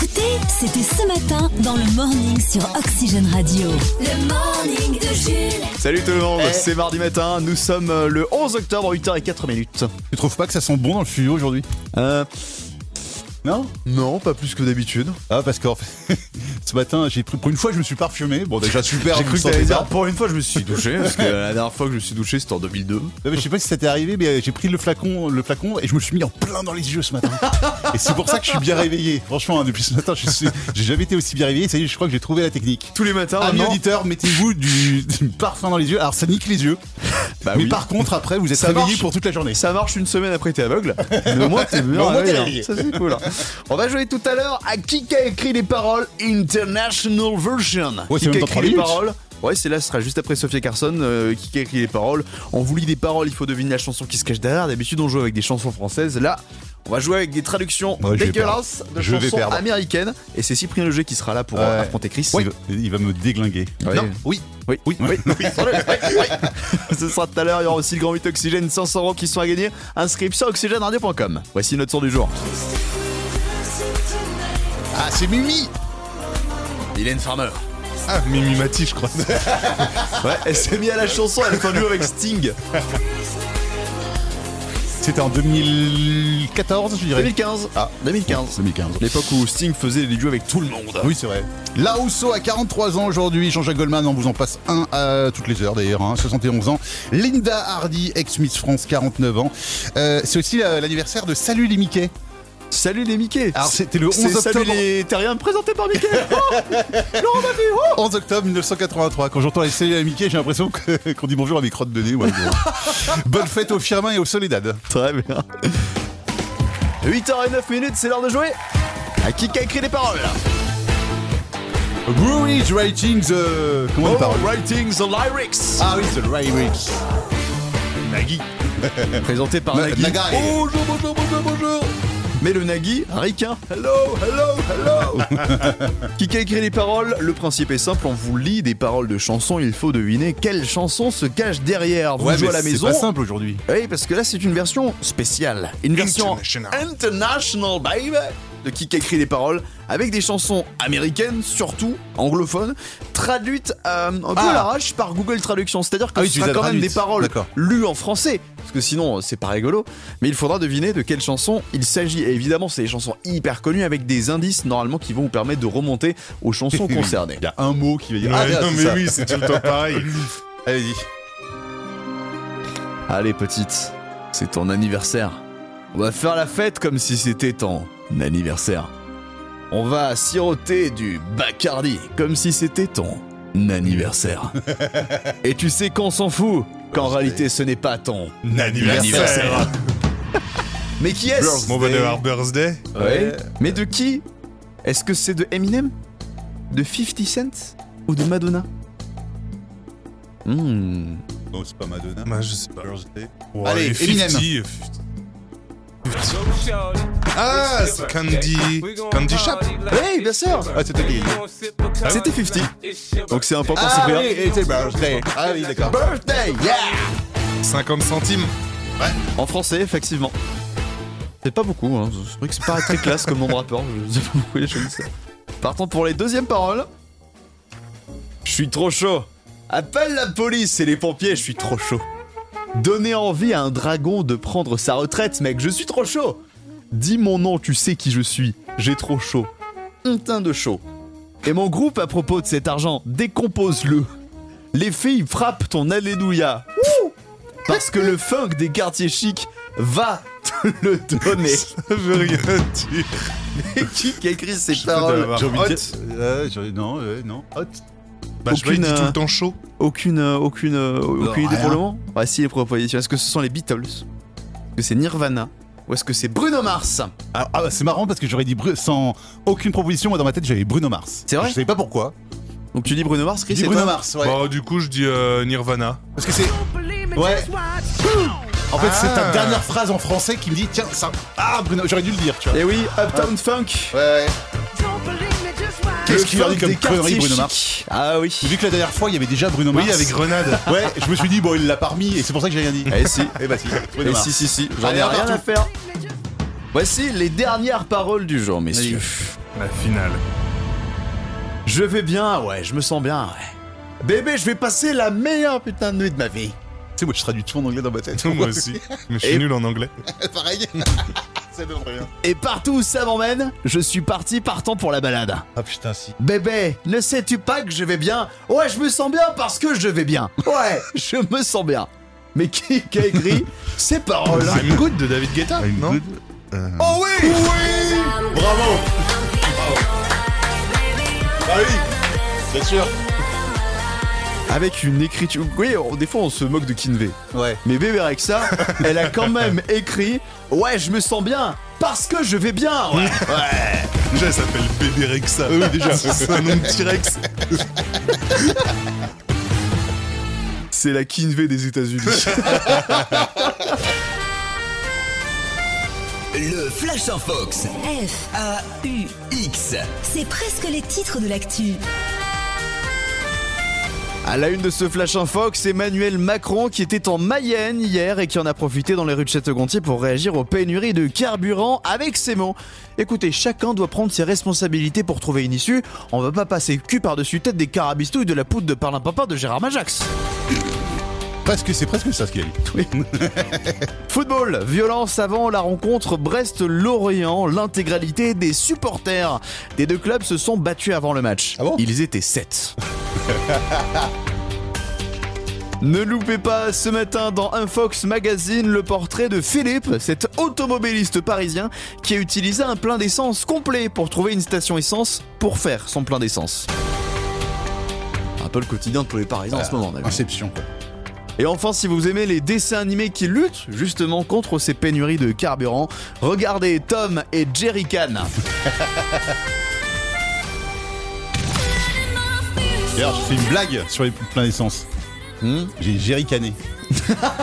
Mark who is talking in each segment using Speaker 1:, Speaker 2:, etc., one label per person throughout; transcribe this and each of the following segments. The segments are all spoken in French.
Speaker 1: C'était ce matin dans le morning sur Oxygène Radio. Le morning de Jules.
Speaker 2: Salut tout le monde,
Speaker 3: Eh.
Speaker 2: c'est mardi matin, nous sommes euh, le 11 octobre 8h04 minutes.
Speaker 3: Tu trouves pas que ça sent bon dans le studio aujourd'hui
Speaker 2: Euh,
Speaker 3: Non
Speaker 2: non, pas plus que d'habitude.
Speaker 3: Ah parce que ce matin, j'ai pris- pour une fois, je me suis parfumé. Bon déjà super,
Speaker 2: J'ai
Speaker 3: vous
Speaker 2: cru que
Speaker 3: sentez
Speaker 2: t'allais
Speaker 3: ça.
Speaker 2: dire, pour une fois je me suis douché parce que la dernière fois que je me suis douché c'était en 2002.
Speaker 3: Non, mais je sais pas si ça t'est arrivé, mais euh, j'ai pris le flacon, le flacon et je me suis mis en plein dans les yeux ce matin. et c'est pour ça que je suis bien réveillé. Franchement, hein, depuis ce matin, je suis- j'ai jamais été aussi bien réveillé. Ça y est, je crois que j'ai trouvé la technique.
Speaker 2: Tous les matins,
Speaker 3: Amis
Speaker 2: maintenant,
Speaker 3: auditeurs, mettez-vous du, du parfum dans les yeux. Alors ça nique les yeux,
Speaker 2: bah
Speaker 3: mais
Speaker 2: oui.
Speaker 3: par contre après vous êtes
Speaker 2: Ça
Speaker 3: réveillé
Speaker 2: marche.
Speaker 3: pour toute la journée.
Speaker 2: Ça marche une semaine après t'es aveugle, mais au moins t'es
Speaker 3: Mais au
Speaker 2: bien
Speaker 3: moins, t'es
Speaker 2: réveillé.
Speaker 3: réveillé.
Speaker 2: Ça c'est cool. hein. On va jouer tout à l'heure à qui a écrit les paroles International Version.
Speaker 3: Ouais,
Speaker 2: qui
Speaker 3: c'est
Speaker 2: a
Speaker 3: même pas
Speaker 2: écrit
Speaker 3: trois
Speaker 2: les
Speaker 3: minutes.
Speaker 2: paroles Ouais, c'est là, ce sera juste après Sophia Carson euh, qui a écrit les paroles. On vous lit des paroles, il faut deviner la chanson qui se cache derrière. D'habitude, on joue avec des chansons françaises. Là, on va jouer avec des traductions
Speaker 3: Ouais, je vais
Speaker 2: dégueulasses de
Speaker 3: Je vais
Speaker 2: chansons
Speaker 3: perdre.
Speaker 2: américaines. Et c'est Cyprien Leger qui sera là pour
Speaker 3: Ouais.
Speaker 2: euh, affronter Chris.
Speaker 3: Il, va, il va me déglinguer.
Speaker 2: Ouais.
Speaker 3: Non, oui.
Speaker 2: Oui, oui, oui, oui, sans le- oui, oui. Ce sera tout à l'heure, il y aura aussi le grand 8 Oxygène, 500 euros qui sont à gagner. Inscription oxygèneradio.com. Voici notre son du jour.
Speaker 3: Ah c'est Mimi.
Speaker 2: Mylène Farmer.
Speaker 3: Ah Mimi Mati, je crois.
Speaker 2: Ouais, elle s'est mise à la chanson, elle est en duo avec Sting.
Speaker 3: C'était en 2014, je dirais.
Speaker 2: 2015. Ah, 2015.
Speaker 3: 2015.
Speaker 2: L'époque où Sting faisait les duos avec tout le monde.
Speaker 3: Oui, c'est vrai. Larousseau à 43 ans aujourd'hui. Jean-Jacques Goldman, on vous en passe un à toutes les heures d'ailleurs, hein, 71 ans. Linda Hardy, ex-Miss France, 49 ans. Euh, c'est aussi euh, l'anniversaire de Salut les Mickey.
Speaker 2: Salut les Mickey.
Speaker 3: Alors, c'était le
Speaker 2: C'est
Speaker 3: 11 octobre.
Speaker 2: Salut les terriens présenté par Mickey. Oh, Laurent Baffy, oh.
Speaker 3: 11 octobre 1983. Quand j'entends les Salut les Mickey, j'ai l'impression que- qu'on dit bonjour à mes crottes de nez. ouais, bon. Bonne fête aux Firmin et aux Soledad.
Speaker 2: Très bien. 8h09 minutes, c'est l'heure de jouer. À qui a écrit les paroles
Speaker 3: Who is writing the... euh, Comment on parle
Speaker 2: Oh, Writing the lyrics.
Speaker 3: Ah oui, the lyrics.
Speaker 2: Nagui. Présenté par
Speaker 3: Na-
Speaker 2: Nagui.
Speaker 3: Nagai.
Speaker 2: Bonjour, bonjour, bonjour, bonjour. Mais le Nagui, un ricain. Hello, hello, hello. qui a écrit les paroles Le principe est simple on vous lit des paroles de chansons, il faut deviner quelle chanson se cache derrière. Vous jouez à la maison.
Speaker 3: c'est pas simple aujourd'hui.
Speaker 2: Oui, parce que là, c'est une version spéciale. Une version international, baby de qui a écrit les paroles, avec des chansons américaines, surtout anglophones, traduites euh, un peu
Speaker 3: Ah.
Speaker 2: à l'arrache par Google Traduction. C'est-à-dire que
Speaker 3: Ah oui,
Speaker 2: ce
Speaker 3: tu les
Speaker 2: sera
Speaker 3: as
Speaker 2: quand même des
Speaker 3: traduites.
Speaker 2: paroles
Speaker 3: D'accord.
Speaker 2: lues en français, parce que sinon, euh, c'est pas rigolo. Mais il faudra deviner de quelle chanson il s'agit. Et évidemment, c'est des chansons hyper connues, avec des indices, normalement, qui vont vous permettre de remonter aux chansons concernées.
Speaker 3: Il y a un mot qui va dire...
Speaker 4: Ouais,
Speaker 3: Ah, merde,
Speaker 4: non
Speaker 3: c'est
Speaker 4: mais
Speaker 3: ça.
Speaker 4: oui, c'est tout le temps pareil.
Speaker 3: Allez-y.
Speaker 2: Allez petite, c'est ton anniversaire. On va faire la fête comme si c'était ton anniversaire. On va siroter du Bacardi comme si c'était ton anniversaire. Et tu sais qu'on s'en fout qu'en réalité ce n'est pas ton anniversaire. Mais qui est-ce
Speaker 4: Mon bonheur birthday.
Speaker 2: Ouais. Mais de qui Est-ce que c'est de Eminem De 50 Cent Ou de Madonna Hmm.
Speaker 3: Non, c'est pas Madonna.
Speaker 4: Moi je sais pas. Ouais,
Speaker 3: Allez,
Speaker 4: les 50,
Speaker 3: Eminem.
Speaker 4: euh, 50. Ah, c'est Candy. Candy Shop.
Speaker 2: Oui, bien sûr
Speaker 3: Ah, c'était qui
Speaker 2: C'était 50. Donc c'est important,
Speaker 3: Ah
Speaker 2: c'est bien.
Speaker 3: oui, it's a birthday. Ah oui, d'accord.
Speaker 2: Birthday, yeah
Speaker 4: 50 centimes.
Speaker 2: En français, effectivement. C'est pas beaucoup, hein. c'est vrai que c'est pas très classe comme mon rapport, je sais pas pourquoi les choses ça. Partons pour les deuxièmes paroles. Je suis trop chaud. Appelle la police et les pompiers, je suis trop chaud. Donner envie à un dragon de prendre sa retraite, mec, je suis trop chaud. Dis mon nom, tu sais qui je suis. J'ai trop chaud. Hontin de chaud. Et mon groupe, à propos de cet argent, décompose-le. Les filles frappent ton alléluia. Wouh Parce que le funk des quartiers chics va te le donner.
Speaker 4: Je veux rien dire.
Speaker 2: qui qui a écrit ces
Speaker 4: dois
Speaker 2: paroles
Speaker 4: l'avoir.
Speaker 3: J'ai envie de
Speaker 4: Hot.
Speaker 3: dire- Euh, j'ai- non, euh, non. Hot.
Speaker 4: Bah, je vais
Speaker 2: Aucune,
Speaker 4: dire tout
Speaker 2: euh,
Speaker 4: le temps chaud.
Speaker 2: Aucune, euh, aucune, euh, aucune idée
Speaker 3: rien.
Speaker 2: pour le moment Voici les propositions. Est-ce que ce sont les Beatles Est-ce que c'est Nirvana Ou est-ce que c'est Bruno Mars
Speaker 3: Ah, ah, bah, c'est marrant parce que j'aurais dit Bru- sans aucune proposition. Moi, dans ma tête, j'avais Bruno Mars.
Speaker 2: C'est vrai
Speaker 3: Je savais pas pourquoi.
Speaker 2: Donc tu dis Bruno Mars,
Speaker 3: J'ai
Speaker 2: Chris
Speaker 3: dit
Speaker 2: et
Speaker 3: Bruno
Speaker 2: toi
Speaker 3: Mars, ouais.
Speaker 4: Bah, du coup, je dis euh, Nirvana.
Speaker 3: Parce que c'est. Ouais. En fait, c'est
Speaker 4: Ah.
Speaker 3: ta dernière phrase en français qui me dit tiens, ça. Ah, Bruno, j'aurais dû le dire, tu vois.
Speaker 2: Eh oui, Uptown Funk
Speaker 3: Ouais, ouais. Qu'est-ce
Speaker 2: Le
Speaker 3: qu'il leur dit
Speaker 2: funk
Speaker 3: comme
Speaker 2: des
Speaker 3: connerie,
Speaker 2: quartiers
Speaker 3: Bruno
Speaker 2: chics. Ah oui
Speaker 3: Vu que la dernière fois, il y avait déjà Bruno Mars.
Speaker 4: Oui, avec Grenade.
Speaker 3: Ouais, je me suis dit, bon, il l'a parmi, et c'est pour ça que j'ai rien dit.
Speaker 2: Eh si
Speaker 3: Eh bah si, Bruno
Speaker 2: Eh
Speaker 3: Mars.
Speaker 2: si, si, si J'en ai
Speaker 3: Allez,
Speaker 2: rien
Speaker 3: partout.
Speaker 2: à faire Voici les dernières paroles du jour, messieurs
Speaker 4: La finale.
Speaker 2: Je vais bien, ouais, je me sens bien, ouais. Bébé, je vais passer la meilleure putain de nuit de ma vie.
Speaker 3: Tu sais, moi, je traduis tout en anglais dans ma tête.
Speaker 4: Moi aussi. Mais je
Speaker 2: Et-
Speaker 4: suis nul en anglais.
Speaker 3: Pareil. Ça donne rien.
Speaker 2: Et partout où ça m'emmène, je suis parti partant pour la balade.
Speaker 3: Ah putain, si.
Speaker 2: Bébé, ne sais-tu pas que je vais bien Ouais, je me sens bien parce que je vais bien. Ouais, je me sens bien. Mais qui, qui a écrit ces paroles
Speaker 4: I'm good de David Guetta, non
Speaker 2: Oh oui Oui
Speaker 3: Bravo Ah oui Bien sûr
Speaker 2: Avec une écriture... Oui, on- des fois on se moque de Kinvey.
Speaker 3: Ouais.
Speaker 2: Mais bébé Rexa, elle a quand même écrit « Ouais, je me sens bien parce que je vais bien ouais.
Speaker 4: Déjà, elle s'appelle Bébé Rexa. Oui, déjà. C'est un nom de T-Rex.
Speaker 2: C'est la Kinvey des États-Unis.
Speaker 5: Le Flash en Fox.
Speaker 1: F,
Speaker 5: A-U-X.
Speaker 1: c'est presque les titres de l'actu.
Speaker 2: À la une de ce Flash Infox, c'est Emmanuel Macron qui était en Mayenne hier et qui en a profité dans les rues de Château-Gontier pour réagir aux pénuries de carburant avec ces mots. Écoutez, chacun doit prendre ses responsabilités pour trouver une issue. On va pas passer cul par-dessus tête des carabistouilles de la poudre de Parlin Papa de Gérard Majax.
Speaker 3: Presque, c'est presque ça ce qu'il a dit.
Speaker 2: Football, violence avant la rencontre Brest-Lorient, l'intégralité des supporters des deux clubs se sont battus avant le match.
Speaker 3: Ah bon
Speaker 2: Ils étaient 7. Ne loupez pas ce matin dans Infox Magazine le portrait de Philippe, cet automobiliste parisien qui a utilisé un plein d'essence complet pour trouver une station essence pour faire son plein d'essence. Un peu le quotidien de tous les Parisiens en ce moment. d'ailleurs.
Speaker 3: Inception, quoi.
Speaker 2: Et enfin, si vous aimez les dessins animés qui luttent justement contre ces pénuries de carburant, regardez Tom et Jerry Can.
Speaker 3: D'ailleurs, je fais une blague sur les pleins d'essence. J'ai jerricané.
Speaker 2: Voilà.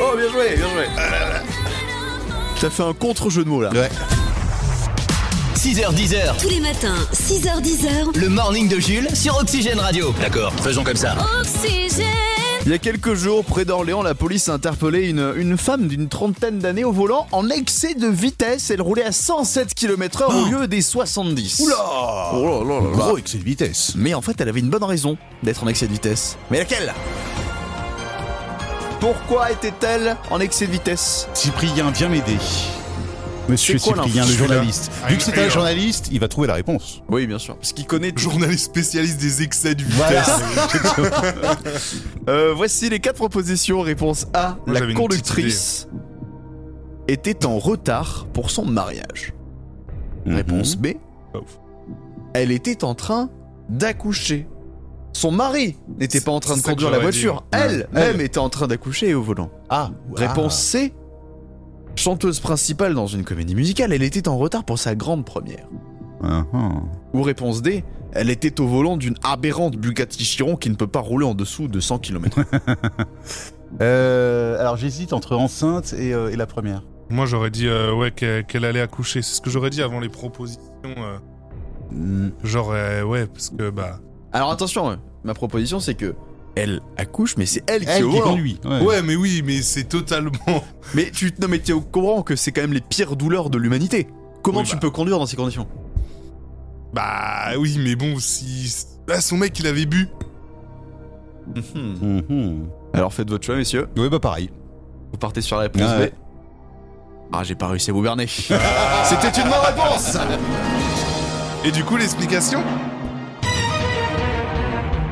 Speaker 2: Oh, bien joué, bien joué. Ça fait un contre-jeu de mots là.
Speaker 3: Ouais.
Speaker 5: 6h10h.
Speaker 1: Tous les matins, 6h10h,
Speaker 5: Le morning de Jules sur Oxygène Radio. D'accord, faisons comme ça.
Speaker 2: Il y a quelques jours, près d'Orléans, la police a interpellé une, une femme d'une trentaine d'années au volant en excès de vitesse. Elle roulait à 107 km/h au lieu des 70.
Speaker 3: Oula
Speaker 2: Oh là là là là.
Speaker 3: Gros excès de vitesse.
Speaker 2: Mais en fait, elle avait une bonne raison d'être en excès de vitesse. Mais laquelle Pourquoi était-elle en excès de vitesse
Speaker 3: Cyprien, viens m'aider. Monsieur
Speaker 2: C'est quoi
Speaker 3: Cyprien,
Speaker 2: l'info
Speaker 3: le journaliste.
Speaker 4: celui-là
Speaker 3: Vu que c'est
Speaker 4: Ah,
Speaker 3: un
Speaker 4: non.
Speaker 3: journaliste, il va trouver la réponse.
Speaker 2: Oui, bien sûr. Parce qu'il connaît tout.
Speaker 4: Journaliste spécialiste des excès de vitesse.
Speaker 2: Euh, voici les quatre propositions. Réponse A
Speaker 4: Moi, j'avais
Speaker 2: la
Speaker 4: une petite
Speaker 2: conductrice était en retard pour son mariage. Réponse B
Speaker 4: Pas ouf.
Speaker 2: elle était en train d'accoucher. Son mari n'était pas en train de
Speaker 4: C'est ça que
Speaker 2: conduire la
Speaker 4: j'aurais dit.
Speaker 2: voiture.
Speaker 3: Ouais.
Speaker 2: Elle, même était en train d'accoucher au volant.
Speaker 3: Ah,
Speaker 2: Réponse C. Chanteuse principale dans une comédie musicale, elle était en retard pour sa grande première.
Speaker 3: Ah, ah.
Speaker 2: Ou réponse D. Elle était au volant d'une aberrante Bugatti Chiron qui ne peut pas rouler en dessous de 100 km.
Speaker 3: Euh, alors j'hésite entre enceinte et, euh, et la première.
Speaker 4: Moi, j'aurais dit euh, ouais, qu'elle qu'elle allait accoucher. C'est ce que j'aurais dit avant les propositions. euh, genre, euh, ouais, parce que bah.
Speaker 2: Alors attention, hein, ma proposition c'est que elle accouche, mais c'est elle, qui est
Speaker 3: Elle
Speaker 2: au
Speaker 3: qui
Speaker 2: volant.
Speaker 3: conduit.
Speaker 4: Ouais, mais oui, mais c'est totalement.
Speaker 2: Mais tu non, mais t'es au courant que c'est quand même les pires douleurs de l'humanité. Comment
Speaker 4: Oui,
Speaker 2: tu
Speaker 4: bah.
Speaker 2: peux conduire dans ces conditions
Speaker 4: Bah oui, mais bon, si. Ah, son mec, il avait bu.
Speaker 3: Mhm.
Speaker 2: Alors faites votre choix, messieurs.
Speaker 3: Ouais, bah pareil.
Speaker 2: Vous partez sur la réponse
Speaker 3: Ouais.
Speaker 2: B. Ah, j'ai pas réussi à vous berner. C'était une bonne réponse
Speaker 4: Et du coup, l'explication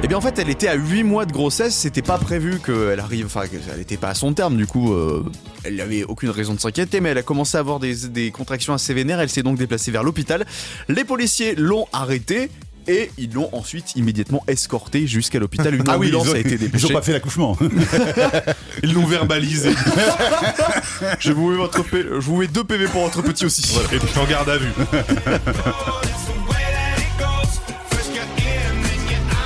Speaker 2: Eh bien, en fait, elle était à 8 mois de grossesse. C'était pas prévu qu'elle arrive. Enfin, qu'elle était pas à son terme, du coup. euh, elle n'avait aucune raison de s'inquiéter, mais elle a commencé à avoir des, des contractions assez vénères. Elle s'est donc déplacée vers l'hôpital. Les policiers l'ont arrêtée. Et ils l'ont ensuite immédiatement escortée jusqu'à l'hôpital. Une ambulance
Speaker 3: ils ont,
Speaker 2: a été
Speaker 3: ils ont
Speaker 2: dépêchée.
Speaker 3: pas fait l'accouchement.
Speaker 4: Ils l'ont verbalisé.
Speaker 2: Je vous mets votre P- je vous mets deux PV pour votre petit aussi.
Speaker 4: Et puis en garde à vue.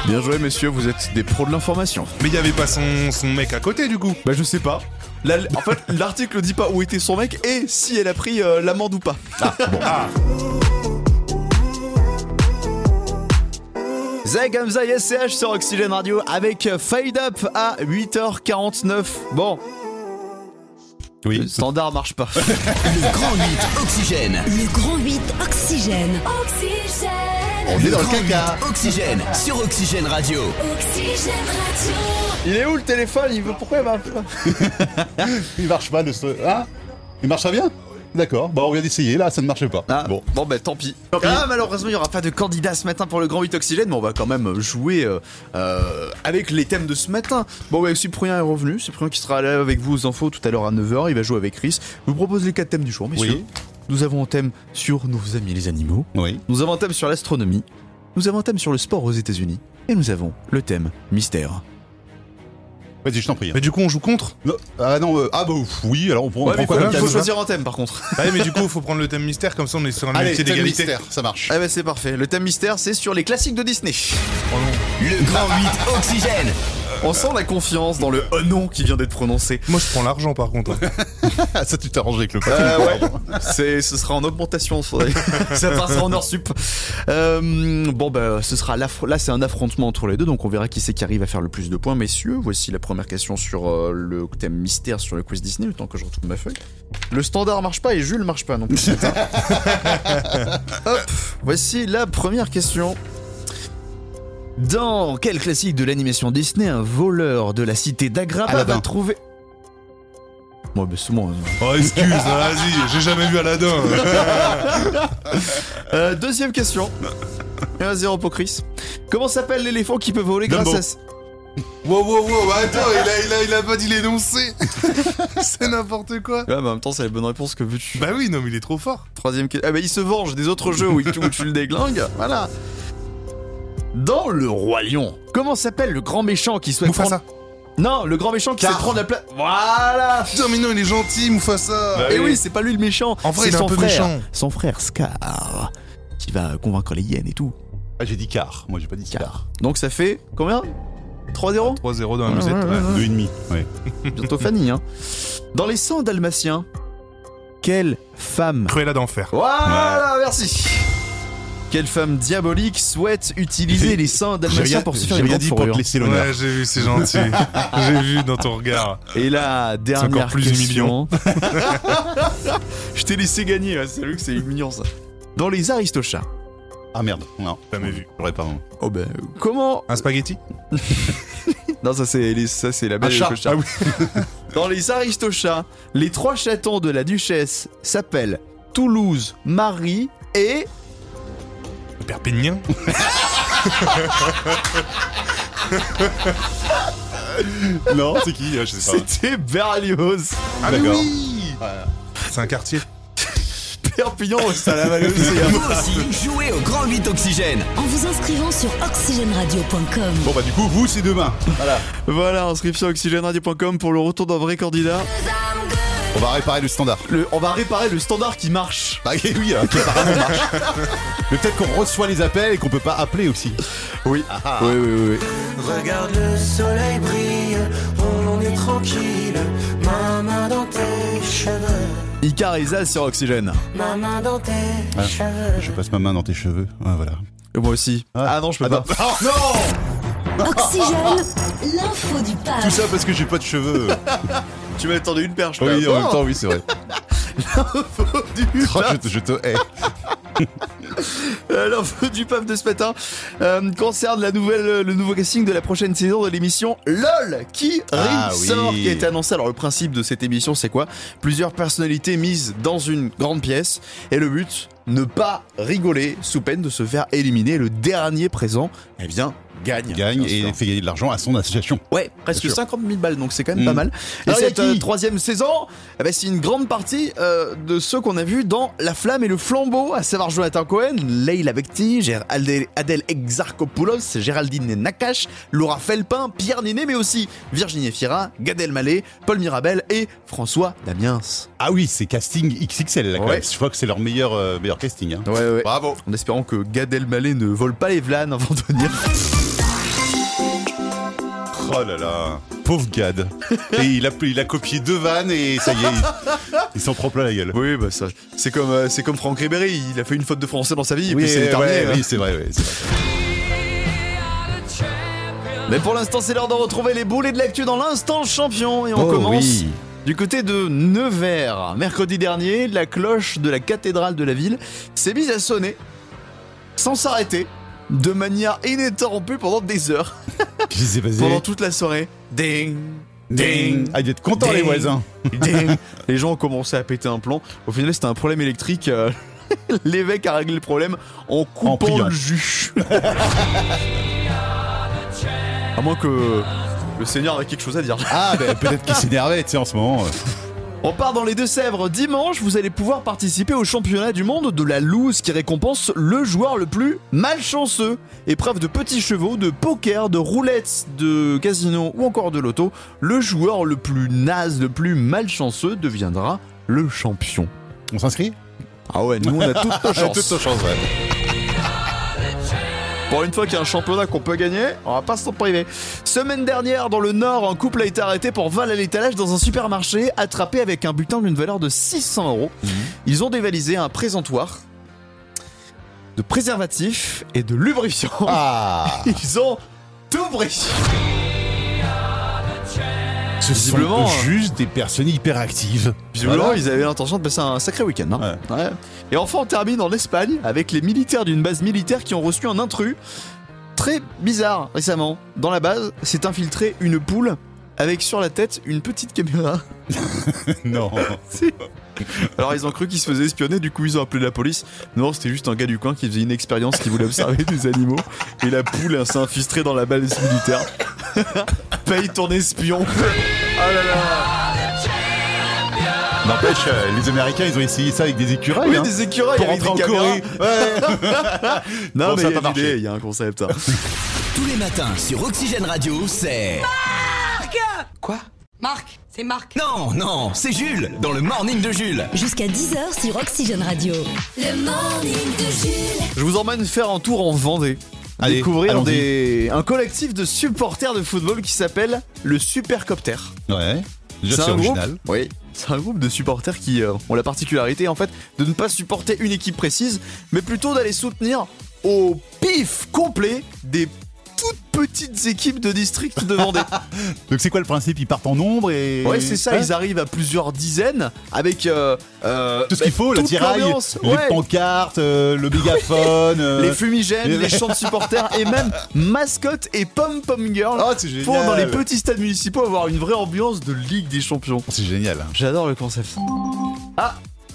Speaker 2: Bien joué, messieurs. Vous êtes des pros de l'information.
Speaker 4: Mais il y avait pas son, son mec à côté, du coup.
Speaker 2: Bah je sais pas. La- en fait, l'article dit pas où était son mec et si elle a pris euh, l'amende ou pas. Ah. Zay Gamza et SCH sur Oxygène Radio avec Fade Up à 8h49. Bon. Le
Speaker 3: Oui.
Speaker 2: standard marche pas.
Speaker 5: Le grand 8 Oxygène.
Speaker 1: Le grand 8 oxygène.
Speaker 3: On est dans le caca.
Speaker 5: Oxygène sur Oxygène Radio.
Speaker 2: Il est où le téléphone Il veut pourquoi il m'a
Speaker 3: Il marche pas le ce. Hein Il marche pas bien D'accord. Bah on vient d'essayer là, ça ne marchait pas.
Speaker 2: ah,
Speaker 3: Bon.
Speaker 2: bon. bon bah tant pis. Ah malheureusement il n'y aura pas de candidat ce matin pour le Grand 8 Oxygène, mais on va quand même jouer euh, euh, avec les thèmes de ce matin. Bon ouais Cyprien est revenu, Cyprien qui sera là avec vous aux infos tout à l'heure à 9h, il va jouer avec Chris. Je vous propose les quatre thèmes du jour messieurs.
Speaker 3: Oui.
Speaker 2: Nous avons un thème sur nos amis les animaux.
Speaker 3: Oui.
Speaker 2: Nous avons un thème sur l'astronomie, nous avons un thème sur le sport aux États-Unis, et nous avons le thème mystère.
Speaker 3: Vas-y, je t'en prie.
Speaker 4: Mais du coup, on joue contre
Speaker 3: Non, ah non, euh, ah bah ouf, oui, alors on prend, on prend
Speaker 2: il
Speaker 3: quoi
Speaker 2: faut,
Speaker 3: comme
Speaker 4: faut
Speaker 3: thème
Speaker 2: choisir un thème par contre.
Speaker 4: Ah ouais, mais du coup, faut prendre le thème mystère, comme ça on est sur un
Speaker 3: Allez,
Speaker 4: métier
Speaker 3: thème
Speaker 4: d'égalité.
Speaker 3: mystère, ça marche.
Speaker 2: ah bah c'est parfait. Le thème mystère c'est sur les classiques de Disney.
Speaker 5: Le grand 8 Oxygène.
Speaker 2: On sent la confiance dans le oh non qui vient d'être prononcé.
Speaker 4: Moi, je prends l'argent par contre. hein.
Speaker 3: Ah, ça, tu t'arranges avec le pote.
Speaker 2: Euh, ouais, c'est, ce sera en augmentation, ça ça passera en heure sup. Euh, bon, bah, ce sera l'aff- là, c'est un affrontement entre les deux, donc on verra qui c'est qui arrive à faire le plus de points, messieurs. Voici la première question sur euh, le thème mystère sur le quiz Disney, le temps que je retrouve ma feuille. Le standard marche pas et Jules marche pas non plus. ce matin. Hop, voici la première question. Dans quel classique de l'animation Disney un voleur de la cité d'Agraba
Speaker 3: Aladdin.
Speaker 2: va trouver... Ouais, bah, c'est bon, hein.
Speaker 4: Oh, excuse, vas-y, j'ai jamais vu Aladdin.
Speaker 2: Euh, deuxième question. 1-0 pour Chris. Comment s'appelle l'éléphant qui peut voler
Speaker 3: Dumbo.
Speaker 2: grâce
Speaker 4: Wow, wow,
Speaker 3: bah,
Speaker 4: wow, attends, il a, il a, il a pas dit l'énoncé. C'est n'importe quoi.
Speaker 2: à... Ouais, mais en même temps, c'est la bonne réponse que veux-tu.
Speaker 4: Bah oui, non, mais il est trop fort.
Speaker 2: Troisième question. Ah, bah, il se venge des autres jeux où, il- où tu le déglingues. Voilà. Dans le Roi Lion, comment s'appelle le grand méchant qui souhaite
Speaker 4: Mufasa.
Speaker 2: prendre... Non, le grand méchant qui souhaite prendre la place... Voilà
Speaker 4: Putain, mais non, il est gentil, Mufasa.
Speaker 3: Bah Eh
Speaker 2: Et oui, c'est pas lui le méchant.
Speaker 4: Bah En vrai,
Speaker 2: c'est
Speaker 4: il est un
Speaker 2: son
Speaker 4: peu
Speaker 2: frère.
Speaker 4: méchant.
Speaker 2: Son frère, Scar, qui va convaincre les hyènes et tout.
Speaker 3: Ah, j'ai dit quart, moi j'ai pas dit quart.
Speaker 2: Donc ça fait combien 3-0
Speaker 4: 3-0 dans la
Speaker 2: Mmh,
Speaker 4: musette. ouais.
Speaker 3: Deux et demi. Ouais.
Speaker 2: Bientôt Fanny, hein. Dans les 100 dalmatiens, quelle femme.
Speaker 4: Cruella d'enfer.
Speaker 2: Voilà, merci. Quelle femme diabolique souhaite utiliser les 100
Speaker 3: J'ai rien,
Speaker 2: dalmatiens pour se
Speaker 3: j'ai
Speaker 2: faire une
Speaker 3: rien
Speaker 2: grande
Speaker 3: dit pour
Speaker 2: fourrure
Speaker 3: te laisser l'honneur.
Speaker 4: Ouais, j'ai vu, c'est gentil. j'ai vu dans ton regard.
Speaker 2: Et la dernière
Speaker 4: encore plus
Speaker 2: question. Je t'ai laissé gagner, ouais, c'est vrai que c'est humiliant ça. Dans les aristochats.
Speaker 3: Ah merde, non.
Speaker 4: Jamais vu.
Speaker 3: J'aurais pas. hein.
Speaker 2: Oh ben, comment
Speaker 4: Un spaghetti
Speaker 2: Non, ça c'est les- ça c'est la belle et le
Speaker 3: chat. Ah
Speaker 2: chat. Dans les aristochats, les trois chatons de la duchesse s'appellent Toulouse, Marie et
Speaker 4: Le Perpignan
Speaker 3: Non, c'est qui Ah, Je sais pas.
Speaker 2: C'était Berlioz.
Speaker 4: Ah, mais
Speaker 3: D'accord.
Speaker 4: oui C'est un quartier.
Speaker 2: Perpignan, c'est à la hein. vallée océan.
Speaker 5: Vous aussi, jouez au grand 8 Oxygène.
Speaker 1: En vous inscrivant sur oxygèneradio.com.
Speaker 3: Bon bah du coup, vous c'est demain.
Speaker 2: Voilà, inscription oxygèneradio.com pour le retour d'un vrai candidat.
Speaker 3: On va réparer le standard.
Speaker 2: Le- on va réparer le standard qui marche.
Speaker 3: Bah oui, hein, qui apparemment marche. Mais peut-être qu'on reçoit les appels et qu'on peut pas appeler aussi.
Speaker 2: Oui. Oui, oui, oui.
Speaker 6: Regarde le soleil brille, on est tranquille. Ma main dans tes cheveux,
Speaker 2: Icarisa sur Oxygène.
Speaker 6: ma main dans tes
Speaker 3: Ah,
Speaker 6: cheveux.
Speaker 3: Je passe ma main dans tes cheveux. Ah voilà.
Speaker 2: Et moi aussi. Ah non, je peux
Speaker 3: Attends.
Speaker 2: pas.
Speaker 3: Ah, non
Speaker 1: Oxygène, l'info du
Speaker 3: Tout
Speaker 1: pape.
Speaker 3: ça parce que j'ai pas de cheveux.
Speaker 2: Tu m'as tendu une perche. Oh,
Speaker 3: Oui, en même temps, oui, c'est vrai.
Speaker 2: du
Speaker 3: Oh,
Speaker 2: pape.
Speaker 3: je, te- je te hais.
Speaker 2: Euh, L'info du pape de ce matin euh, concerne la nouvelle, le nouveau casting de la prochaine saison de l'émission LOL qui
Speaker 3: Ah
Speaker 2: ressort,
Speaker 3: oui.
Speaker 2: qui a été annoncé. Alors le principe de cette émission c'est quoi Plusieurs personnalités mises dans une grande pièce et le but, ne pas rigoler sous peine de se faire éliminer. Le dernier présent, eh bien, gagne.
Speaker 3: Gagne
Speaker 2: Bien sûr.
Speaker 3: et fait gagner de l'argent à son association.
Speaker 2: Ouais, presque
Speaker 3: Bien sûr.
Speaker 2: 50 000 balles, donc c'est quand même
Speaker 3: Mm.
Speaker 2: pas mal. Et
Speaker 3: Alors, y a
Speaker 2: cette euh,
Speaker 3: qui
Speaker 2: troisième saison, eh ben, c'est une grande partie euh, de ceux qu'on a vus dans La Flamme et le Flambeau, à savoir Jonathan Cohen, Leila Bekti, Gér- Adèle, Adèle Exarchopoulos, Géraldine Nakache, Laura Felpin, Pierre Ninet, mais aussi Virginie Efira, Gad Elmaleh, Paul Mirabel et François Damiens.
Speaker 3: Ah oui, c'est casting XXL là quand
Speaker 2: Ouais.
Speaker 3: même. Je crois que c'est leur meilleur, euh, meilleur casting. hein.
Speaker 2: Ouais, ouais.
Speaker 3: Bravo.
Speaker 2: En espérant que Gad Elmaleh ne vole pas les vlanes avant de venir.
Speaker 3: Oh là là. Pauvre Gad. et il a, il a copié deux vannes et ça y est, il, il s'en prend plein la gueule.
Speaker 2: Oui, bah ça, c'est comme, euh, c'est comme Franck Ribéry, il a fait une faute de français dans sa vie, et puis c'est
Speaker 3: ouais,
Speaker 2: terminé. hein.
Speaker 3: oui, c'est vrai, oui, c'est vrai.
Speaker 2: Mais pour l'instant, c'est l'heure de retrouver les boules et de l'actu dans l'instant champion. Et on
Speaker 3: Oh
Speaker 2: commence
Speaker 3: oui.
Speaker 2: Du côté de Nevers, mercredi dernier, la cloche de la cathédrale de la ville s'est mise à sonner sans s'arrêter, de manière ininterrompue pendant des heures,
Speaker 3: Qu'est-ce qui s'est passé
Speaker 2: pendant toute la soirée. Ding, ding,
Speaker 3: Ah, ils étaient contents, les
Speaker 2: Ding.
Speaker 3: voisins.
Speaker 2: ding. Les gens ont commencé à péter un plomb. Au final, c'était un problème électrique. euh, L'évêque a réglé le problème en coupant
Speaker 3: priant.
Speaker 2: le jus. à moins que le Seigneur ait quelque chose à dire.
Speaker 3: Ah, bah, peut-être qu'ils s'énervaient, tu sais, en ce moment. euh.
Speaker 2: On part dans les Deux-Sèvres. Dimanche, vous allez pouvoir participer au championnat du monde de la loose qui récompense le joueur le plus malchanceux. Épreuve de petits chevaux, de poker, de roulette, de casino ou encore de loto. Le joueur le plus naze, le plus malchanceux deviendra le champion.
Speaker 3: On s'inscrit
Speaker 2: Ah ouais, nous on a Ah, toutes nos chances.
Speaker 3: Toutes nos chances, ouais.
Speaker 2: Pour une fois qu'il y a un championnat qu'on peut gagner, on va pas s'en priver. Semaine dernière, dans le Nord, un couple a été arrêté pour vol à l'étalage dans un supermarché, attrapé avec un butin d'une valeur de 600 euros. Ils ont dévalisé un présentoir de préservatifs et de lubrifiants.
Speaker 3: Ah
Speaker 2: Ils ont tout pris.
Speaker 3: Ce
Speaker 2: Visiblement,
Speaker 3: sont
Speaker 2: euh,
Speaker 3: juste des personnes hyperactives.
Speaker 2: Visiblement,
Speaker 3: Voilà.
Speaker 2: ils avaient l'intention de passer un sacré week-end. hein. Ouais. Et enfin, on termine en Espagne avec les militaires d'une base militaire qui ont reçu un intrus très bizarre récemment. Dans la base, s'est infiltrée une poule avec sur la tête une petite caméra.
Speaker 3: non.
Speaker 2: Alors, ils ont cru qu'ils se faisaient espionner, du coup, ils ont appelé la police. Non, c'était juste un gars du coin qui faisait une expérience, qui voulait observer des animaux. Et la poule elle, s'est infiltrée dans la base militaire. Paye ton espion.
Speaker 3: N'empêche, euh, les Américains, ils ont essayé ça avec des écureuils.
Speaker 2: Oui,
Speaker 3: hein,
Speaker 2: des écureuils
Speaker 3: pour
Speaker 2: avec
Speaker 3: rentrer en
Speaker 2: des caméras.
Speaker 3: Corée. Ouais.
Speaker 2: Non,
Speaker 3: Bon,
Speaker 2: mais
Speaker 3: ça a
Speaker 2: il y a
Speaker 3: pas
Speaker 2: une
Speaker 3: marché.
Speaker 2: idée, il y a un concept. hein.
Speaker 5: Tous les matins sur Oxygène Radio, c'est.
Speaker 7: Marc, c'est Marc.
Speaker 5: Non, non, c'est Jules, dans le morning de Jules.
Speaker 1: Jusqu'à 10h sur Oxygène Radio. Le morning de Jules.
Speaker 2: Je vous emmène faire un tour en Vendée.
Speaker 3: Allez,
Speaker 2: découvrir
Speaker 3: allons-y.
Speaker 2: des- un collectif de supporters de football qui s'appelle le Supercopter.
Speaker 3: Ouais. Déjà, c'est
Speaker 2: un groupe.
Speaker 3: original.
Speaker 2: Oui. C'est un groupe de supporters qui euh, ont la particularité en fait de ne pas supporter une équipe précise, mais plutôt d'aller soutenir au pif complet des toutes petites équipes de district de Vendée.
Speaker 3: Donc, c'est quoi le principe Ils partent en nombre et. hein
Speaker 2: Ouais, c'est ça,
Speaker 3: Ouais.
Speaker 2: ils arrivent à plusieurs dizaines avec euh, euh,
Speaker 3: Tout ce
Speaker 2: bah,
Speaker 3: qu'il faut, la
Speaker 2: toute
Speaker 3: tiraille,
Speaker 2: l'ambiance.
Speaker 3: les
Speaker 2: Ouais,
Speaker 3: pancartes, euh, le mégaphone. euh,
Speaker 2: les fumigènes,
Speaker 3: les-
Speaker 2: les chants de supporters et même mascotte et pom-pom girl.
Speaker 3: Oh, c'est génial.
Speaker 2: pour dans les petits stades municipaux avoir une vraie ambiance de Ligue des Champions.
Speaker 3: C'est génial.
Speaker 2: J'adore le concept. Ah,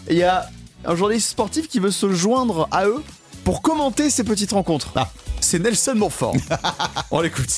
Speaker 2: il y a un journaliste sportif qui veut se joindre à eux pour commenter ces petites rencontres.
Speaker 3: Ah.
Speaker 2: C'est Nelson Montfort. On l'écoute.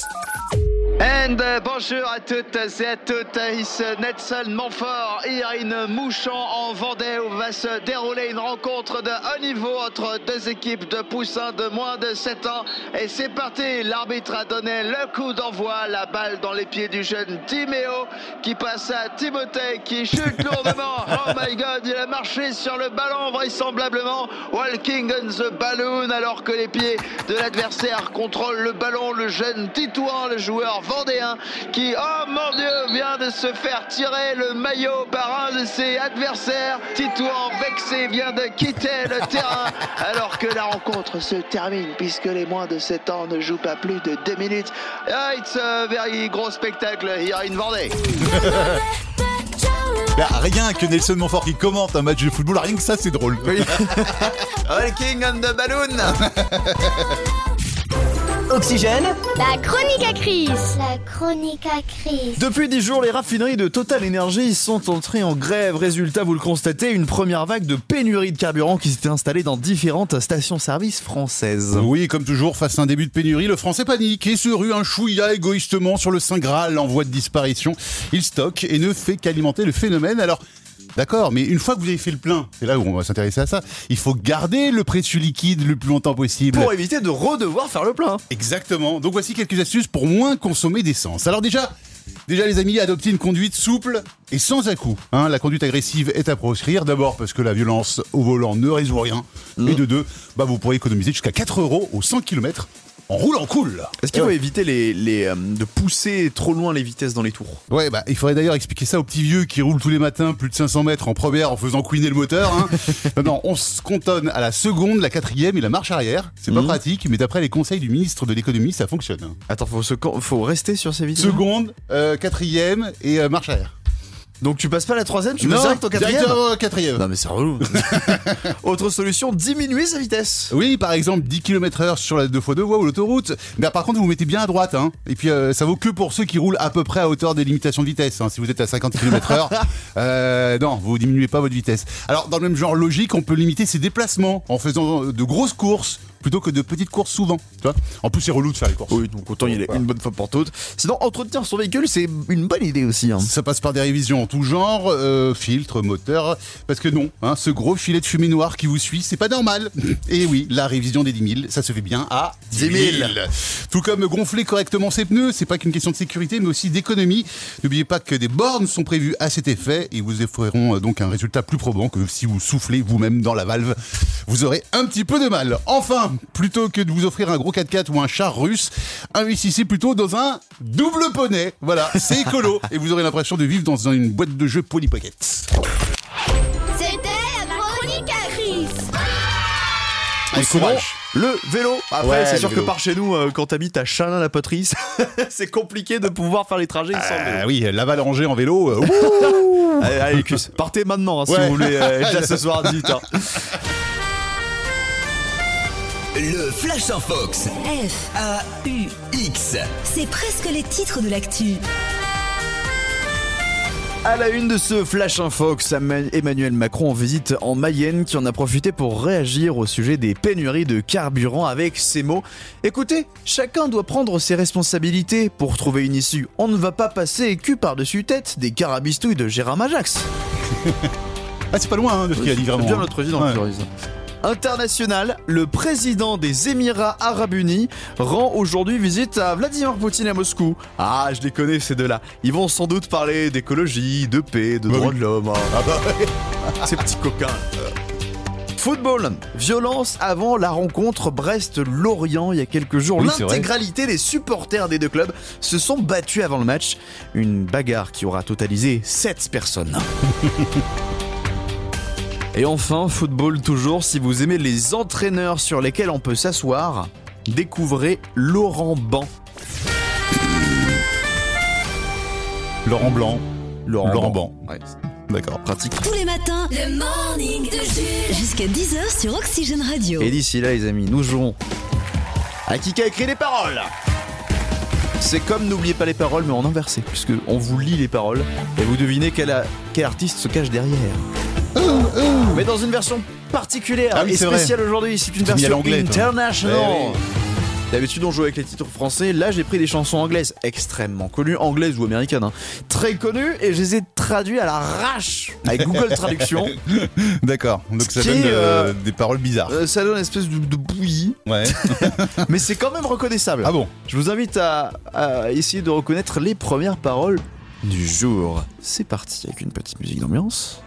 Speaker 2: And euh, bonjour à toutes et à toutes, ici Nelson Montfort, Irine Mouchon en Vendée où va se dérouler une rencontre de haut niveau entre deux équipes de poussins de moins de 7 ans. Et c'est parti, l'arbitre a donné le coup d'envoi, la balle dans les pieds du jeune Timéo qui passe à Timothée qui chute lourdement. Oh my god, il a marché sur le ballon vraisemblablement, walking on the balloon alors que les pieds de l'adversaire contrôlent le ballon, le jeune Titouan, le joueur vendéen qui, oh mon dieu, vient de se faire tirer le maillot par un de ses adversaires. Titouan vexé vient de quitter le terrain alors que la rencontre se termine puisque les moins de 7 ans ne jouent pas plus de 2 minutes. Ah, it's a very gros spectacle here in Vendée.
Speaker 3: Bah, rien que Nelson Montfort qui commente un match de football, rien que ça, c'est drôle.
Speaker 2: Walking on the balloon
Speaker 5: Oxygène
Speaker 8: La chronique à crise. La chronique à crise.
Speaker 2: Depuis 10 jours, les raffineries de Total Energy sont entrées en grève. Résultat, vous le constatez, une première vague de pénurie de carburant qui s'était installée dans différentes stations-service françaises.
Speaker 3: Oui, comme toujours, face à un début de pénurie, le français panique et se rue un chouïa égoïstement sur le Saint Graal en voie de disparition. Il stocke et ne fait qu'alimenter le phénomène. Alors, d'accord, mais une fois que vous avez fait le plein, c'est là où on va s'intéresser à ça, il faut garder le précieux liquide le plus longtemps possible.
Speaker 2: Pour éviter de redevoir faire le plein.
Speaker 3: Exactement. Donc voici quelques astuces pour moins consommer d'essence. Alors déjà, déjà les amis, adoptez une conduite souple et sans à-coups. hein. la conduite agressive est à proscrire. D'abord parce que la violence au volant ne résout rien. Et de deux, bah vous pourrez économiser jusqu'à 4 euros aux 100 km en roulant cool.
Speaker 2: Est-ce qu'il faut éviter les, les, euh, de pousser trop loin les vitesses dans les tours
Speaker 3: Ouais, bah il faudrait d'ailleurs expliquer ça aux petits vieux qui roulent tous les matins plus de 500 mètres en première en faisant couiner le moteur. hein. non, non, on se cantonne à la seconde, la quatrième et la marche arrière. C'est pas
Speaker 2: Mhm.
Speaker 3: pratique, mais d'après les conseils du ministre de l'économie, ça fonctionne.
Speaker 2: Attends, faut, se- faut rester sur ces vitesses
Speaker 3: seconde, euh, quatrième et euh, marche arrière.
Speaker 2: Donc tu passes pas la troisième, tu
Speaker 3: non,
Speaker 2: passes direct au quatrième
Speaker 3: directeur, euh, quatrième.
Speaker 2: Non mais c'est relou. Autre solution, diminuer sa vitesse.
Speaker 3: Oui, par exemple, 10 km/h sur la 2x2 voies ou l'autoroute. Mais par contre, vous vous mettez bien à droite. Hein. Et puis, euh, ça vaut que pour ceux qui roulent à peu près à hauteur des limitations de vitesse. hein. Si vous êtes à 50 km/h, euh, non, vous diminuez pas votre vitesse. Alors, dans le même genre logique, on peut limiter ses déplacements en faisant de grosses courses plutôt que de petites courses souvent. Tu vois en plus, c'est relou de faire les courses.
Speaker 2: Oui, donc autant il est
Speaker 3: Voilà.
Speaker 2: une bonne fois pour toutes. Sinon, entretenir son véhicule, c'est une bonne idée aussi. hein.
Speaker 3: Ça passe par des révisions en tout genre, euh, filtres, moteurs, parce que non, hein, ce gros filet de fumée noire qui vous suit, c'est pas normal. Et oui, la révision des 10 000, ça se fait bien à 10 000. Tout comme gonfler correctement ses pneus, c'est pas qu'une question de sécurité, mais aussi d'économie. N'oubliez pas que des bornes sont prévues à cet effet et vous offriront euh, donc un résultat plus probant que si vous soufflez vous-même dans la valve. Vous aurez un petit peu de mal. Enfin, plutôt que de vous offrir un gros 4x4 ou un char russe, investissez plutôt dans un double poney. Voilà, c'est écolo et vous aurez l'impression de vivre dans une boîte de jeu Polypocket.
Speaker 8: C'était la chronique à Chris.
Speaker 3: Et
Speaker 2: Sinon,
Speaker 3: courage.
Speaker 2: le vélo. Après,
Speaker 7: Ouais,
Speaker 2: c'est
Speaker 7: le
Speaker 2: sûr que
Speaker 7: vélo.
Speaker 2: par chez nous, euh, quand t'as mis ta chalin la poterie, c'est compliqué de pouvoir faire les trajets sans vélo.
Speaker 3: Ah oui, Laval Angers en vélo. euh, ouh.
Speaker 2: Allez, allez, les cuisses. Partez maintenant hein, si
Speaker 3: Ouais.
Speaker 2: vous voulez euh, être là ce soir à 18h.
Speaker 5: Le Flash en Fox.
Speaker 1: F,
Speaker 5: A-U-X.
Speaker 1: c'est presque les titres de l'actu.
Speaker 2: À la une de ce Flash Infox, Emmanuel Macron en visite en Mayenne qui en a profité pour réagir au sujet des pénuries de carburant avec ces mots. Écoutez, chacun doit prendre ses responsabilités pour trouver une issue. On ne va pas passer cul par-dessus tête des carabistouilles de Gérard Majax.
Speaker 3: Ah, c'est pas loin hein, de ce qu'il a dit vraiment.
Speaker 2: Bien
Speaker 3: hein.
Speaker 2: notre vie dans le
Speaker 3: Ouais.
Speaker 2: pluralisme. International, le président des Émirats Arabes Unis rend aujourd'hui visite à Vladimir Poutine à Moscou. Ah, je les connais ces deux-là. Ils vont sans doute parler d'écologie, de paix, de
Speaker 3: Bah
Speaker 2: droits
Speaker 3: oui.
Speaker 2: de l'homme. hein. Ces petits coquins. Football, violence avant la rencontre Brest-Lorient il y a quelques jours.
Speaker 3: Oui, c'est vrai.
Speaker 2: L'intégralité des supporters des deux clubs se sont battus avant le match. Une bagarre qui aura totalisé 7 personnes. Et enfin, football toujours, si vous aimez les entraîneurs sur lesquels on peut s'asseoir, découvrez Laurent Ban.
Speaker 3: Laurent Blanc. Laurent Ban.
Speaker 2: Ouais,
Speaker 3: D'accord.
Speaker 2: pratique.
Speaker 1: Tous les matins,
Speaker 8: Le morning de Jules.
Speaker 1: jusqu'à 10h sur Oxygène Radio.
Speaker 2: Et d'ici là, les amis, nous jouons à qui a écrit les paroles. C'est comme N'oubliez pas les paroles, mais en inversé, puisque on vous lit les paroles et vous devinez quel, a- quel artiste se cache derrière. Mais dans une version particulière
Speaker 3: Ah oui,
Speaker 2: et
Speaker 3: c'est vrai.
Speaker 2: spéciale aujourd'hui, c'est une
Speaker 3: T'as mis
Speaker 2: version
Speaker 3: à l'anglais, toi. Eh
Speaker 2: international.
Speaker 3: Ouais, ouais.
Speaker 2: D'habitude, on joue avec les titres français. Là, j'ai pris des chansons anglaises extrêmement connues, anglaises ou américaines, hein, très connues, et je les ai traduites à l'arrache avec Google Traduction.
Speaker 3: D'accord. Donc ça
Speaker 2: Ce qui
Speaker 3: donne
Speaker 2: est,
Speaker 3: euh,
Speaker 2: euh,
Speaker 3: des paroles bizarres.
Speaker 2: Euh, ça donne une espèce de, de bouillie,
Speaker 3: Ouais.
Speaker 2: mais c'est quand même reconnaissable.
Speaker 3: ah bon
Speaker 2: Je vous invite à, à essayer de reconnaître les premières paroles du jour. C'est parti avec une petite musique d'ambiance.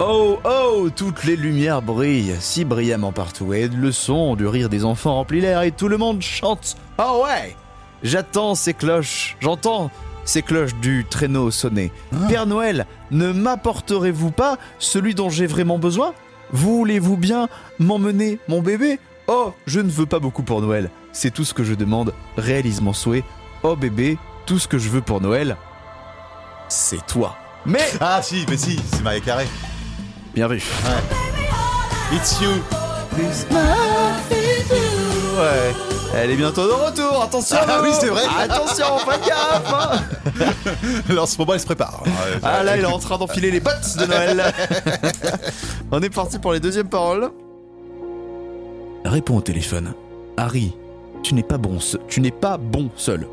Speaker 2: Oh oh, toutes les lumières brillent si brillamment partout et le son du rire des enfants remplit l'air et tout le monde chante. Oh ouais J'attends ces cloches, j'entends ces cloches du traîneau sonner.
Speaker 3: Ah.
Speaker 2: Père Noël, ne m'apporterez-vous pas celui dont j'ai vraiment besoin Voulez-vous bien m'emmener mon bébé Oh, je ne veux pas beaucoup pour Noël. C'est tout ce que je demande. Réalise mon souhait. Oh bébé, tout ce que je veux pour Noël, c'est toi. Mais
Speaker 3: Ah si, mais si, c'est Maria Carré.
Speaker 2: bienvenue.
Speaker 3: It's you.
Speaker 2: Ouais. Elle est bientôt de retour. Attention.
Speaker 3: Ah oui, c'est vrai.
Speaker 2: Attention, faites gaffe. hein.
Speaker 3: Alors ce moment, elle se prépare.
Speaker 2: Ah là, il est en train d'enfiler les bottes de Noël. On est parti pour les deuxièmes paroles. Réponds au téléphone. Harry, tu n'es pas bon, se- tu n'es pas bon seul.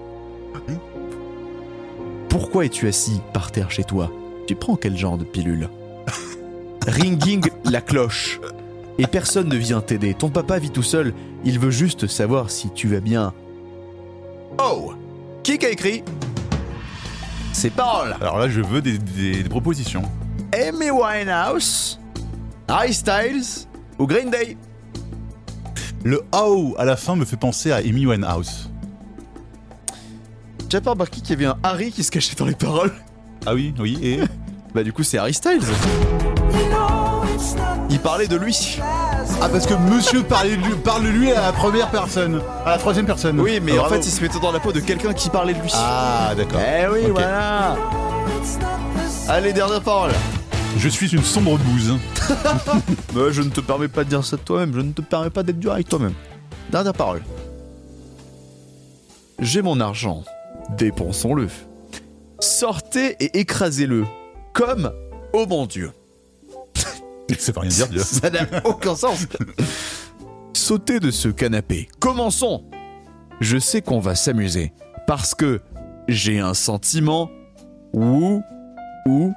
Speaker 2: Pourquoi es-tu assis par terre chez toi Tu prends quel genre de pilule Ringing la cloche. Et personne ne vient t'aider. Ton papa vit tout seul. Il veut juste savoir si tu vas bien. Oh Qui a écrit ces paroles
Speaker 3: Alors là, je veux des, des- des propositions.
Speaker 2: Amy Winehouse, Harry Styles ou Green Day
Speaker 3: Le how à la fin me fait penser à Amy Winehouse.
Speaker 2: J'ai pas remarqué qu'il y avait un Harry qui se cachait dans les paroles.
Speaker 3: Ah oui, oui, et
Speaker 2: Bah du coup c'est Harry Styles. Il parlait de lui.
Speaker 3: Ah parce que monsieur parlait de lui, parle de lui à la première personne. À la troisième personne.
Speaker 2: Oui mais
Speaker 3: Ah,
Speaker 2: en
Speaker 3: bravo.
Speaker 2: fait il se mettait dans la peau de quelqu'un qui parlait de lui.
Speaker 3: Ah d'accord.
Speaker 2: Ah. Eh oui
Speaker 3: Ok.
Speaker 2: voilà. Allez, dernière parole.
Speaker 3: Je suis une sombre bouse.
Speaker 2: Mais Bah, je ne te permets pas de dire ça de toi-même, je ne te permets pas d'être dur avec toi-même. Dernière parole. J'ai mon argent, dépensons-le. Sortez et écrasez-le, comme au bon Dieu.
Speaker 3: Ça veut rien dire, Dieu.
Speaker 2: Ça n'a aucun sens. Sautez de ce canapé. Commençons. Je sais qu'on va s'amuser parce que j'ai un sentiment ou ou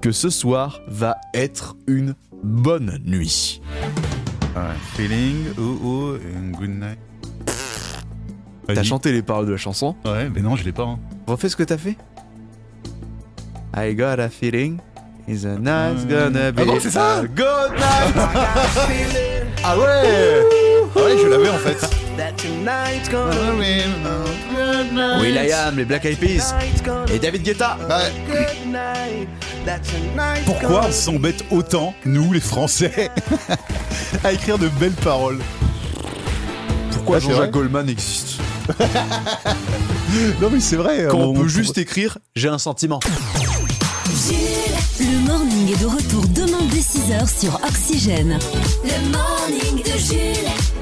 Speaker 2: que ce soir va être une bonne nuit.
Speaker 3: Feeling, oh oh, and good night.
Speaker 2: T'as chanté les paroles de la chanson
Speaker 3: Ouais, mais non, je l'ai pas. hein.
Speaker 2: Refais ce que t'as fait. I got a feeling is a night's gonna be
Speaker 3: Ah bon, c'est ça
Speaker 2: a good night. ah ouais.
Speaker 3: Ah ouais, je l'avais en fait. Ah
Speaker 2: Oui, Liam, les Black Eyed Peas et David Guetta.
Speaker 3: Ouais. Pourquoi on s'embête autant, nous les Français, à écrire de belles paroles
Speaker 2: Pourquoi
Speaker 3: Ah, c'est vrai
Speaker 2: Jean-Jacques Goldman existe
Speaker 3: Non mais c'est vrai.
Speaker 2: Quand
Speaker 3: euh,
Speaker 2: on peut juste écrire j'ai un sentiment.
Speaker 1: Le morning est de retour demain dès 6h sur Oxygène. Le morning de Jules.